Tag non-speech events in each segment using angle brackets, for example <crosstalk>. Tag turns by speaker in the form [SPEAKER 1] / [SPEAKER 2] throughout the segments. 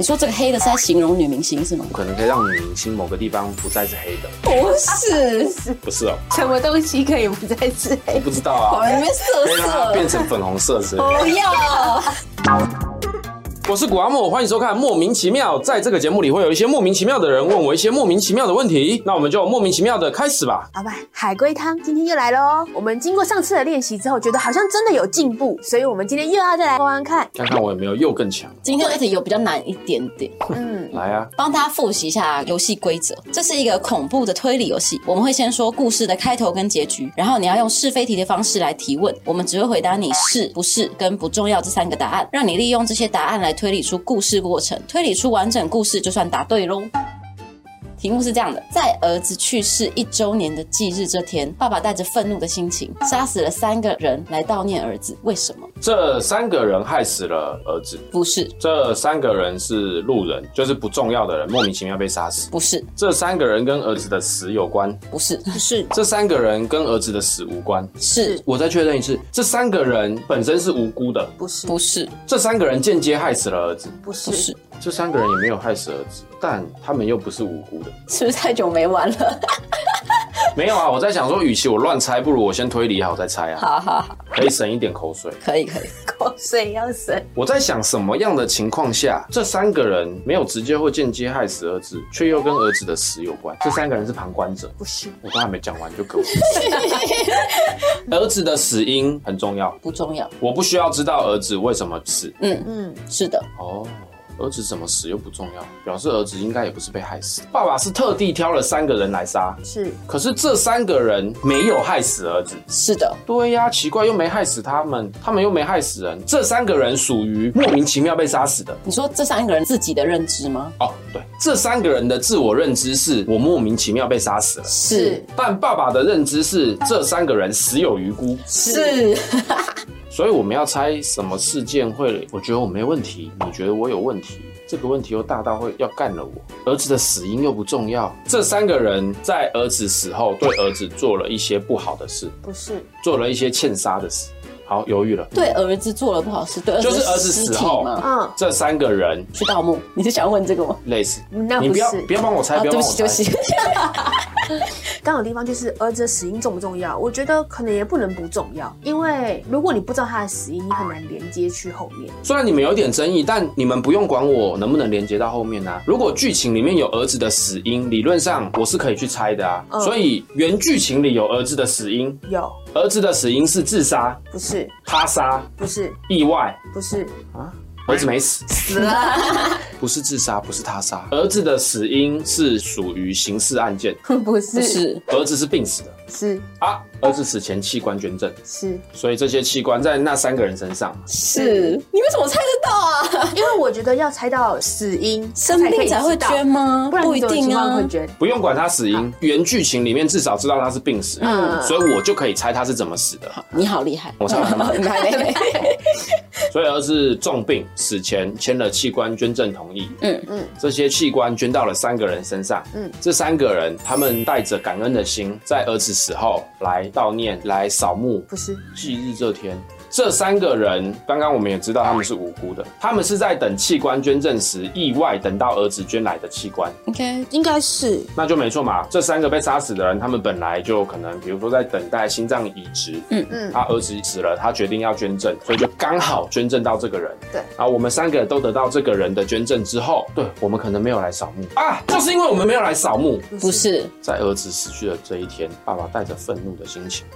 [SPEAKER 1] 你说这个黑的是在形容女明星是吗？
[SPEAKER 2] 可能可以让女明星某个地方不再是黑的，
[SPEAKER 1] 不是，
[SPEAKER 2] <laughs> 不是哦，
[SPEAKER 3] 什么东西可以不再吃
[SPEAKER 2] 我
[SPEAKER 3] 黑？
[SPEAKER 2] 不知道
[SPEAKER 1] <laughs>
[SPEAKER 2] 啊，
[SPEAKER 1] 里面哦色
[SPEAKER 2] 可以让它变成粉红色之类的。
[SPEAKER 1] 不 <laughs> 要。
[SPEAKER 2] 我是古阿莫，欢迎收看《莫名其妙》。在这个节目里，会有一些莫名其妙的人问我一些莫名其妙的问题，那我们就莫名其妙的开始吧。
[SPEAKER 3] 好吧，海龟汤今天又来了哦。我们经过上次的练习之后，觉得好像真的有进步，所以我们今天又要再来玩玩看。
[SPEAKER 2] 看看我有没有又更强。
[SPEAKER 1] 今天这题有比较难一点点，
[SPEAKER 3] 嗯，
[SPEAKER 2] 来啊，
[SPEAKER 1] 帮大家复习一下游戏规则。这是一个恐怖的推理游戏，我们会先说故事的开头跟结局，然后你要用是非题的方式来提问，我们只会回答你是不是跟不重要这三个答案，让你利用这些答案来推理出故事过程，推理出完整故事就算答对喽。题目是这样的：在儿子去世一周年的忌日这天，爸爸带着愤怒的心情杀死了三个人来悼念儿子，为什么？
[SPEAKER 2] 这三个人害死了儿子，
[SPEAKER 1] 不是，
[SPEAKER 2] 这三个人是路人，就是不重要的人，莫名其妙被杀死。
[SPEAKER 1] 不是，
[SPEAKER 2] 这三个人跟儿子的死有关，
[SPEAKER 1] 不是，
[SPEAKER 3] 是
[SPEAKER 2] 这三个人跟儿子的死无关。
[SPEAKER 1] 是，
[SPEAKER 2] 我再确认一次，这三个人本身是无辜的，
[SPEAKER 3] 不是？
[SPEAKER 1] 不是，
[SPEAKER 2] 这三个人间接害死了儿子，
[SPEAKER 3] 不
[SPEAKER 1] 不是。
[SPEAKER 2] 这三个人也没有害死儿子，但他们又不是无辜的。
[SPEAKER 1] 是不是太久没玩了？
[SPEAKER 2] 没有啊，我在想说，与其我乱猜，不如我先推理好再猜啊，
[SPEAKER 1] 好好好，
[SPEAKER 2] 可以省一点口水。
[SPEAKER 1] 可以可以，
[SPEAKER 3] <laughs> 口水要省。
[SPEAKER 2] 我在想什么样的情况下，这三个人没有直接或间接害死儿子，却又跟儿子的死有关？这三个人是旁观者。
[SPEAKER 3] 不是，
[SPEAKER 2] 我刚还没讲完就给我。儿子的死因很重要，
[SPEAKER 1] <laughs> 不重要。
[SPEAKER 2] 我不需要知道儿子为什么死。
[SPEAKER 1] 嗯，
[SPEAKER 3] 嗯，
[SPEAKER 1] 是的，
[SPEAKER 2] 哦，儿子怎么死又不重要，表示儿子应该也不是被害死。爸爸是特地挑了三个人来杀，
[SPEAKER 3] 是
[SPEAKER 2] 可是这三个人没有害死儿子。
[SPEAKER 1] 是的，
[SPEAKER 2] 对呀、奇怪，又没害死他们，他们又没害死人，这三个人属于莫名其妙被杀死的。
[SPEAKER 1] 你说这三个人自己的认知吗？
[SPEAKER 2] 哦，对，这三个人的自我认知是我莫名其妙被杀死了，
[SPEAKER 1] 是
[SPEAKER 2] 但爸爸的认知是这三个人死有余辜，
[SPEAKER 1] 是，
[SPEAKER 2] 所以我们要猜什么事件会？我觉得我没问题，你觉得我有问题？这个问题又大到会要干了我，儿子的死因又不重要。这三个人在儿子死后对儿子做了一些不好的事，
[SPEAKER 3] 不是？
[SPEAKER 2] 做了一些欠杀的事。好，犹豫了，
[SPEAKER 1] 对儿子做了不好事，对儿子
[SPEAKER 2] 就是儿子
[SPEAKER 1] 尸
[SPEAKER 2] 死
[SPEAKER 1] 体
[SPEAKER 2] 后
[SPEAKER 1] 吗？
[SPEAKER 3] 嗯，
[SPEAKER 2] 这三个人
[SPEAKER 1] 去盗墓，你是想要问这个吗？
[SPEAKER 2] 类似，
[SPEAKER 3] 那
[SPEAKER 2] 你
[SPEAKER 3] 不
[SPEAKER 2] 不要
[SPEAKER 3] 是。
[SPEAKER 2] 不要帮我猜，
[SPEAKER 1] 啊，
[SPEAKER 2] 不
[SPEAKER 1] 对不
[SPEAKER 2] 要帮
[SPEAKER 1] 起
[SPEAKER 2] 我
[SPEAKER 1] 对不
[SPEAKER 2] 猜。
[SPEAKER 1] 起，
[SPEAKER 3] 刚好地方就是呃儿子的死因重不重要？我觉得可能也不能不重要，因为如果你不知道他的死因，你很难连接去后面。
[SPEAKER 2] 虽然你们有点争议，但你们不用管我能不能连接到后面啊。如果剧情里面有儿子的死因，理论上我是可以去猜的啊。
[SPEAKER 3] 嗯
[SPEAKER 2] 所以原剧情里有儿子的死因，
[SPEAKER 3] 有，
[SPEAKER 2] 儿子的死因是自杀、
[SPEAKER 3] 不是，
[SPEAKER 2] 他杀、
[SPEAKER 3] 不是，
[SPEAKER 2] 意外
[SPEAKER 3] 不是，
[SPEAKER 2] 啊。儿子没死，
[SPEAKER 3] 死了。
[SPEAKER 2] 不是自杀，不是他杀。儿子的死因是属于刑事案件，
[SPEAKER 3] 不
[SPEAKER 1] <laughs> 不 <laughs>
[SPEAKER 3] 是
[SPEAKER 1] 是
[SPEAKER 2] 儿子是病死的
[SPEAKER 3] 是
[SPEAKER 2] 啊。儿子死前器官捐赠，
[SPEAKER 3] 是，
[SPEAKER 2] 所以这些器官在那三个人身上。
[SPEAKER 1] 是，你为什么猜得到
[SPEAKER 3] <laughs>
[SPEAKER 1] 啊？
[SPEAKER 3] 因为我觉得要猜到死因，
[SPEAKER 1] 生病才会
[SPEAKER 3] 知
[SPEAKER 1] 捐
[SPEAKER 3] 道，
[SPEAKER 1] 吗？
[SPEAKER 3] 不然
[SPEAKER 1] 不
[SPEAKER 3] 你
[SPEAKER 1] 一
[SPEAKER 3] 怎么
[SPEAKER 1] 定
[SPEAKER 3] 情况
[SPEAKER 1] 啊
[SPEAKER 3] 会。捐。
[SPEAKER 2] 不用管他死因，原剧情里面至少知道他是病死，
[SPEAKER 3] 嗯
[SPEAKER 2] 所以我就可以猜他是怎么死的。
[SPEAKER 1] 你好厉害，<laughs>
[SPEAKER 2] 我猜完了吗
[SPEAKER 1] 没没没
[SPEAKER 2] 所以儿子重病死前签了器官捐赠同意，
[SPEAKER 1] 嗯
[SPEAKER 3] <laughs> 嗯，
[SPEAKER 2] 这些器官捐到了三个人身上，
[SPEAKER 3] 嗯
[SPEAKER 2] 嗯，这三个人他们带着感恩的心，在儿子死后来悼念、来扫墓，
[SPEAKER 3] 不是
[SPEAKER 2] 忌日这天。这三个人，刚刚我们也知道他们是无辜的，他们是在等器官捐赠时意外等到儿子捐来的器官，
[SPEAKER 1] ，OK，
[SPEAKER 3] 应该是
[SPEAKER 2] 那就没错嘛。这三个被杀死的人，他们本来就可能，比如说在等待心脏移植，
[SPEAKER 1] 嗯
[SPEAKER 3] 嗯
[SPEAKER 2] 他儿子死了，他决定要捐赠，所以就刚好捐赠到这个人。
[SPEAKER 3] 对
[SPEAKER 2] 然后我们三个都得到这个人的捐赠之后，对我们可能没有来扫墓啊，就是因为我们没有来扫墓，
[SPEAKER 1] 不是，
[SPEAKER 2] 在儿子死去的这一天，爸爸带着愤怒的心情。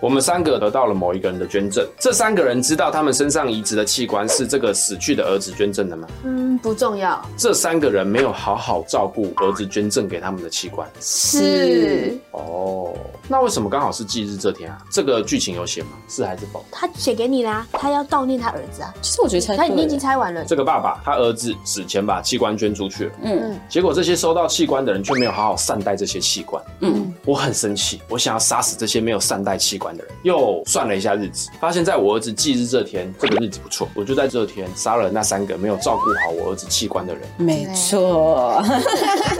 [SPEAKER 2] 我们三个得到了某一个人的捐赠，这三个人知道他们身上移植的器官是这个死去的儿子捐赠的吗？
[SPEAKER 3] 嗯不重要
[SPEAKER 2] 这三个人没有好好照顾儿子捐赠给他们的器官。
[SPEAKER 1] 是
[SPEAKER 2] 哦，那为什么刚好是忌日这天啊？这个剧情有写吗？是还是否？
[SPEAKER 3] 他写给你啦，他要悼念他儿子啊，
[SPEAKER 1] 其实我觉得猜
[SPEAKER 3] 他
[SPEAKER 1] 对
[SPEAKER 3] 你已经
[SPEAKER 1] 了，
[SPEAKER 3] 猜完了，
[SPEAKER 2] 这个爸爸他儿子死前把器官捐出去了，
[SPEAKER 1] 嗯
[SPEAKER 2] 结果这些收到器官的人却没有好好善待这些器官。
[SPEAKER 1] 嗯，
[SPEAKER 2] 我很生气，我想要杀死这些没有善待器官的人。又算了一下日子，发现在我儿子忌日这天，这个日子不错，我就在这天杀了那三个没有照顾好我儿子器官的人。
[SPEAKER 3] 嗯
[SPEAKER 1] 没错， <laughs> 你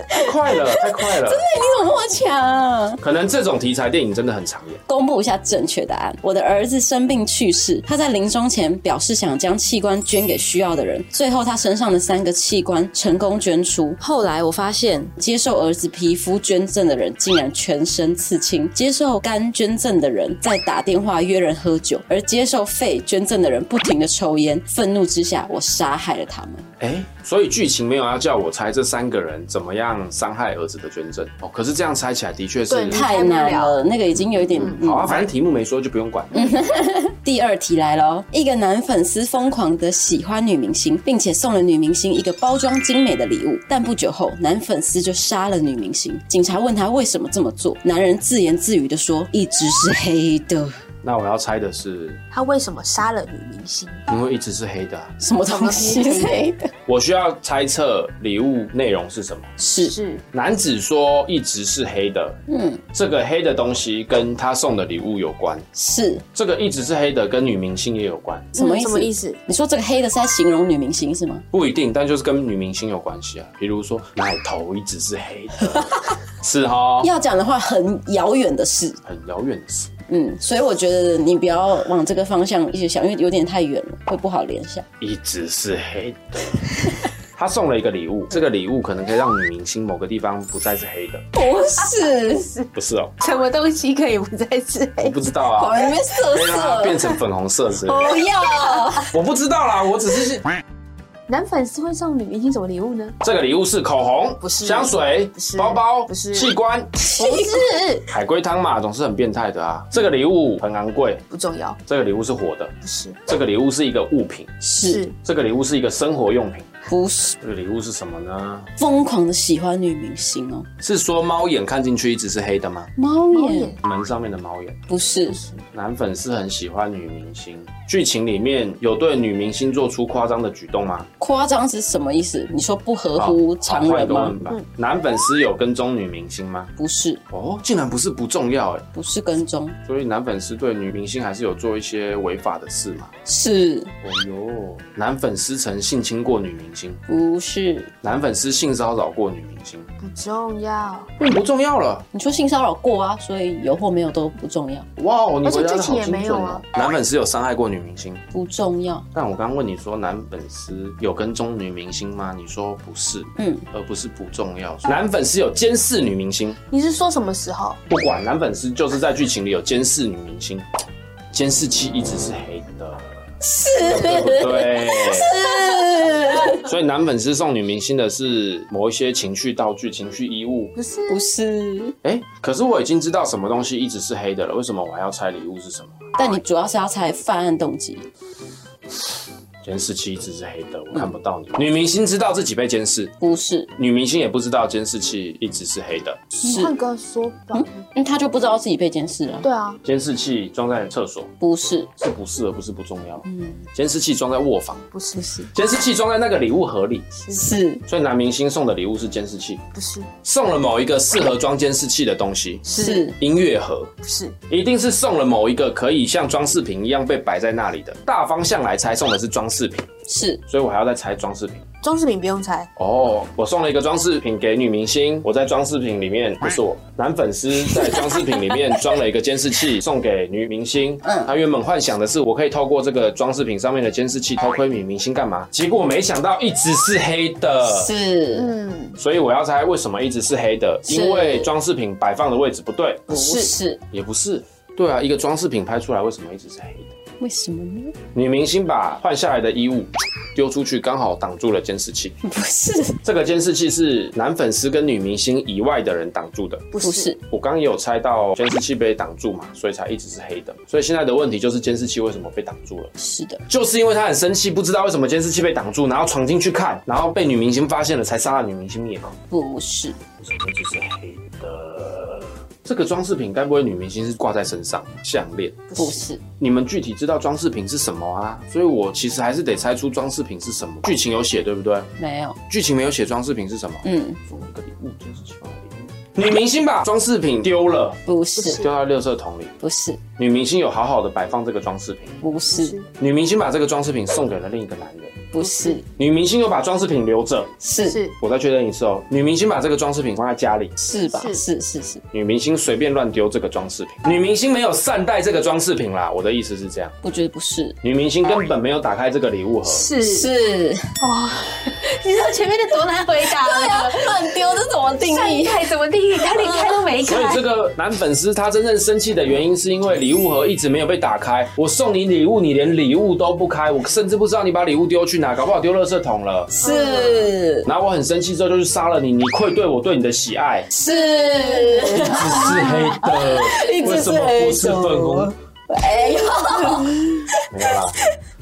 [SPEAKER 2] 太快了，太快了！
[SPEAKER 1] 怎么那么强啊、
[SPEAKER 2] 可能这种题材电影真的很常演。
[SPEAKER 1] 公布一下正确答案。我的儿子生病去世，他在临终前表示想将器官捐给需要的人，最后他身上的三个器官成功捐出。后来我发现，接受儿子皮肤捐赠的人竟然全身刺青，接受肝捐赠的人在打电话约人喝酒，而接受肺捐赠的人不停的抽烟。愤怒之下，我杀害了他们。
[SPEAKER 2] 哎、所以剧情没有要叫我猜这三个人怎么样伤害儿子的捐赠哦。可是这样猜起来的确是
[SPEAKER 3] 对太
[SPEAKER 1] 太难了，那个已经有一点。嗯
[SPEAKER 2] 好啊，反正题目没说就不用管。
[SPEAKER 3] 嗯
[SPEAKER 1] 第二题来喽！一个男粉丝疯狂的喜欢女明星，并且送了女明星一个包装精美的礼物，但不久后，男粉丝就杀了女明星。警察问他为什么这么做，男人自言自语的说：“一直是黑的，
[SPEAKER 2] 那我要猜的是，
[SPEAKER 3] 他为什么杀了女明星？
[SPEAKER 2] 因为一直是黑的啊、
[SPEAKER 1] 什么东西
[SPEAKER 3] 什么东西
[SPEAKER 1] 黑的
[SPEAKER 2] 我需要猜测礼物内容是什么。？”
[SPEAKER 1] 是，
[SPEAKER 3] 是
[SPEAKER 2] 男子说一直是黑的，
[SPEAKER 1] 嗯，
[SPEAKER 2] 这个黑的东西跟他送的礼物有关，
[SPEAKER 1] 是
[SPEAKER 2] 这个一直是黑的跟女明星也有关，
[SPEAKER 1] 什么意
[SPEAKER 3] 嗯
[SPEAKER 1] 思？
[SPEAKER 3] 什么意思？
[SPEAKER 1] 你说这个黑的是在形容女明星是吗？
[SPEAKER 2] 不一定，但就是跟女明星有关系啊。比如说奶头一直是黑
[SPEAKER 3] <laughs>
[SPEAKER 2] 的，是哈，
[SPEAKER 1] 要讲的话，很遥远的事，
[SPEAKER 2] 很遥远的事。
[SPEAKER 1] 嗯，所以我觉得你不要往这个方向一直想，因为有点太远了，会不好联想。
[SPEAKER 2] 一直是黑的。 <laughs> 他送了一个礼物，这个礼物可能可以让女明星某个地方不再是黑的，
[SPEAKER 1] 不是，
[SPEAKER 3] <laughs>
[SPEAKER 2] 不是哦，
[SPEAKER 3] 什么东西可以不再吃
[SPEAKER 2] 我
[SPEAKER 3] 黑？
[SPEAKER 2] 不知道
[SPEAKER 1] 往
[SPEAKER 3] 哎
[SPEAKER 2] 啊，
[SPEAKER 1] 里面哦色
[SPEAKER 2] 可以让它
[SPEAKER 1] 色。
[SPEAKER 2] 变成粉红色之类的，
[SPEAKER 3] 哦
[SPEAKER 1] 不要，
[SPEAKER 2] 我不知道啦，我只是
[SPEAKER 3] 男粉丝会送女明星什么礼物呢？
[SPEAKER 2] 这个礼物是口红，
[SPEAKER 3] 不是
[SPEAKER 2] 香水，
[SPEAKER 3] 不是
[SPEAKER 2] 包包，
[SPEAKER 3] 不是
[SPEAKER 2] 器官，
[SPEAKER 3] 不是，
[SPEAKER 2] 海龟汤嘛，总是很变态的啊。这个礼物很昂贵，
[SPEAKER 3] 不重要，
[SPEAKER 2] 这个礼物是活的，
[SPEAKER 3] 不是，
[SPEAKER 2] 这个礼物是一个物品，
[SPEAKER 1] 是
[SPEAKER 2] 这个礼物是一个生活用品，
[SPEAKER 1] 不是
[SPEAKER 2] 这个礼物是什么呢？
[SPEAKER 1] 疯狂的喜欢女明星哦？
[SPEAKER 2] 是说猫眼看进去一直是黑的吗？
[SPEAKER 1] 猫
[SPEAKER 3] 猫
[SPEAKER 1] 眼
[SPEAKER 3] 眼
[SPEAKER 2] 门上面的猫眼。
[SPEAKER 1] 不是，
[SPEAKER 2] 男粉丝很喜欢女明星，剧情里面有对女明星做出夸张的举动吗？
[SPEAKER 1] 夸张是什么意思？你说不合
[SPEAKER 2] 好
[SPEAKER 1] 乎
[SPEAKER 2] 好
[SPEAKER 1] 常人
[SPEAKER 2] 换一个
[SPEAKER 1] 吗
[SPEAKER 2] 问？
[SPEAKER 3] 嗯
[SPEAKER 2] 吧。男粉丝有跟踪女明星吗？
[SPEAKER 1] 不是，
[SPEAKER 2] 哦，竟然不是不重要哎，
[SPEAKER 1] 不是跟踪，
[SPEAKER 2] 所以男粉丝对女明星还是有做一些违法的事嘛。
[SPEAKER 1] 是
[SPEAKER 2] 哦哟，男粉丝曾性侵过女明星，
[SPEAKER 1] 不是？
[SPEAKER 2] 男粉丝性骚扰过女明星，
[SPEAKER 3] 不重要，
[SPEAKER 2] 嗯不重要了。
[SPEAKER 1] 你说性骚扰过啊，所以有或没有都不重要，
[SPEAKER 2] 哇哦，你
[SPEAKER 3] 而且
[SPEAKER 2] 回答的
[SPEAKER 3] 剧情
[SPEAKER 2] 好
[SPEAKER 3] 也
[SPEAKER 2] 精
[SPEAKER 3] 没
[SPEAKER 2] 准
[SPEAKER 3] 有啊
[SPEAKER 2] 哦。男粉丝有伤害过女明星，
[SPEAKER 1] 不重要。
[SPEAKER 2] 但我刚刚问你说男粉丝有跟踪女明星吗？你说不是，
[SPEAKER 1] <laughs> 嗯，
[SPEAKER 2] 而不是不重要。男粉丝有监视女明星，
[SPEAKER 3] 你是说什么时候？
[SPEAKER 2] 不管男粉丝就是在剧情里有监视女明星，监视器一直是黑的，对不对？所以男粉丝送女明星的是某一些情趣道具、情趣衣物。
[SPEAKER 3] 不是，
[SPEAKER 1] 不是，
[SPEAKER 2] 哎，可是我已经知道什么东西一直是黑的了，为什么我还要猜礼物是什么？
[SPEAKER 1] 但你主要是要猜犯案动机，
[SPEAKER 2] 监视器一直是黑的，我看不到你。女明星知道自己被监视，
[SPEAKER 1] 不是，
[SPEAKER 2] 女明星也不知道监视器一直是黑的。
[SPEAKER 1] 是
[SPEAKER 3] 你换个说法。
[SPEAKER 1] 因为他就不知道自己被监视啊，
[SPEAKER 3] 对啊，
[SPEAKER 2] 监视器装在厕所
[SPEAKER 1] 不是，
[SPEAKER 2] 是不适合，不是不重要。
[SPEAKER 1] 嗯，
[SPEAKER 2] 监视器装在卧房，
[SPEAKER 3] 不是，是，
[SPEAKER 2] 监视器装在那个礼物盒里，
[SPEAKER 1] 是
[SPEAKER 2] 所以男明星送的礼物是监视器，
[SPEAKER 3] 不是，
[SPEAKER 2] 送了某一个适合装监视器的东西，
[SPEAKER 1] 是
[SPEAKER 2] 音乐盒，
[SPEAKER 3] 不是，
[SPEAKER 2] 一定是送了某一个可以像装饰品一样被摆在那里的。大方向来猜，送的是装饰品，
[SPEAKER 1] 是
[SPEAKER 2] 所以我还要再猜装饰品。
[SPEAKER 3] 装饰品不用猜，
[SPEAKER 2] 哦，我送了一个装饰品给女明星，我在装饰品里面不是我，男粉丝在装饰品里面装了一个监视器送给女明星。
[SPEAKER 1] 嗯
[SPEAKER 2] 他原本幻想的是我可以透过这个装饰品上面的监视器偷窥女明星干嘛，结果没想到一直是黑的。
[SPEAKER 1] 嗯呃是，
[SPEAKER 3] 嗯，
[SPEAKER 2] 所以我要猜为什么一直是黑的，
[SPEAKER 1] 是
[SPEAKER 2] 因为装饰品摆放的位置不对，
[SPEAKER 1] 不是，
[SPEAKER 2] 也不是。对啊，一个装饰品拍出来为什么一直是黑的？
[SPEAKER 1] 为什么呢？
[SPEAKER 2] 女明星把换下来的衣物丢出去，刚好挡住了监视器。
[SPEAKER 1] 不是，
[SPEAKER 2] 这个监视器是男粉丝跟女明星以外的人挡住的。
[SPEAKER 1] 不
[SPEAKER 3] 不
[SPEAKER 1] 是
[SPEAKER 3] 是，，
[SPEAKER 2] 我刚刚也有猜到监视器被挡住嘛，所以才一直是黑的。所以现在的问题就是监视器为什么被挡住了？
[SPEAKER 1] 是的，
[SPEAKER 2] 就是因为他很生气，不知道为什么监视器被挡住，然后闯进去看，然后被女明星发现了，才杀了女明星灭口。
[SPEAKER 1] 不是，
[SPEAKER 2] 为什么一直是黑的？这个装饰品该不会女明星是挂在身上项链？
[SPEAKER 1] 不是，
[SPEAKER 2] 你们具体知道装饰品是什么啊？所以我其实还是得猜出装饰品是什么。剧情有写对不对？
[SPEAKER 1] 没有，
[SPEAKER 2] 剧情没有写装饰品是什么？
[SPEAKER 1] 嗯，
[SPEAKER 2] 送一个礼物，监视器放的礼物。女明星把装饰品丢了，
[SPEAKER 1] 不是，
[SPEAKER 3] 是
[SPEAKER 2] 丢到垃圾桶里。
[SPEAKER 1] 不是，
[SPEAKER 2] 女明星有好好的摆放这个装饰品，
[SPEAKER 1] 不是，
[SPEAKER 2] 女明星把这个装饰品送给了另一个男人，
[SPEAKER 1] 不是，
[SPEAKER 2] 女明星又把装饰品留着。
[SPEAKER 1] 是
[SPEAKER 3] 是
[SPEAKER 2] 我再确认一次哦，女明星把这个装饰品放在家里，
[SPEAKER 1] 是吧？
[SPEAKER 3] 是
[SPEAKER 1] 是是是，
[SPEAKER 2] 女明星随便乱丢这个装饰品，女明星没有善待这个装饰品啦。我的意思是这样，
[SPEAKER 1] 我觉得不是，
[SPEAKER 2] 女明星根本没有打开这个礼物盒。
[SPEAKER 3] 是是
[SPEAKER 1] 是
[SPEAKER 3] 哦，你知道前面的多难回答了？
[SPEAKER 1] <laughs> 乱丢这怎么定
[SPEAKER 3] 善
[SPEAKER 1] 义？
[SPEAKER 3] 待怎么定义？他连开都没开 <laughs>
[SPEAKER 2] 所以，这个男粉丝他真正生气的原因，是因为礼物盒一直没有被打开。我送你礼物，你连礼物都不开，我甚至不知道你把礼物丢去哪，搞不好丢垃圾桶了。
[SPEAKER 1] 是
[SPEAKER 2] 然后我很生气之后就去杀了你，你愧对我对你的喜爱。
[SPEAKER 1] 是，
[SPEAKER 2] 只是黑的，
[SPEAKER 1] 一
[SPEAKER 2] 为
[SPEAKER 1] 直
[SPEAKER 2] 什
[SPEAKER 1] 是
[SPEAKER 2] 么
[SPEAKER 1] 黑
[SPEAKER 2] 不是
[SPEAKER 1] 手
[SPEAKER 2] 分工？
[SPEAKER 1] 哎呦，
[SPEAKER 2] 没有啦，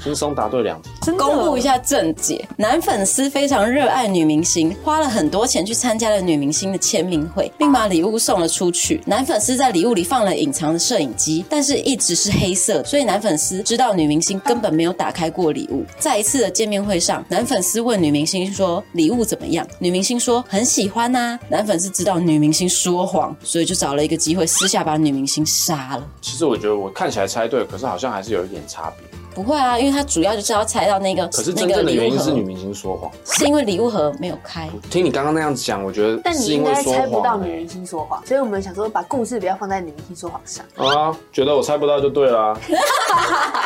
[SPEAKER 2] 轻松答对两题。
[SPEAKER 3] 真的
[SPEAKER 1] 公布一下正解：男粉丝非常热爱女明星，花了很多钱去参加了女明星的签名会，并把礼物送了出去。男粉丝在礼物里放了隐藏的摄影机，但是一直是黑色，所以男粉丝知道女明星根本没有打开过礼物。在一次的见面会上，男粉丝问女明星说礼物怎么样，女明星说很喜欢呐、男粉丝知道女明星说谎，所以就找了一个机会私下把女明星杀了。
[SPEAKER 2] 其实我觉得我看起来猜对，可是好像还是有一点差别。
[SPEAKER 1] 不会啊，因为他主要就是要猜到那个，
[SPEAKER 2] 可是
[SPEAKER 1] 那
[SPEAKER 2] 真
[SPEAKER 1] 个
[SPEAKER 2] 正的
[SPEAKER 1] 礼物
[SPEAKER 2] 原因
[SPEAKER 1] 盒
[SPEAKER 2] 是女明星说谎。
[SPEAKER 1] 是因为礼物盒没有开，
[SPEAKER 2] 听你刚刚那样子讲，我觉得
[SPEAKER 3] 但你
[SPEAKER 2] 是因
[SPEAKER 3] 应
[SPEAKER 2] 为
[SPEAKER 3] 该
[SPEAKER 2] 说
[SPEAKER 3] 猜不到
[SPEAKER 2] 谎、
[SPEAKER 3] 女
[SPEAKER 2] 欸
[SPEAKER 3] 明。星说谎，所以我们想说把故事不要放在女明星说谎上。
[SPEAKER 2] 啊，觉得我猜不到就对了啊。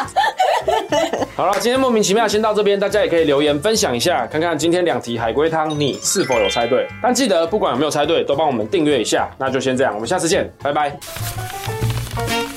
[SPEAKER 2] 好了，今天莫名其妙先到这边，大家也可以留言分享一下，看看今天两题海龟汤你是否有猜对。但记得不管有没有猜对，都帮我们订阅一下。那就先这样，我们下次见，拜拜。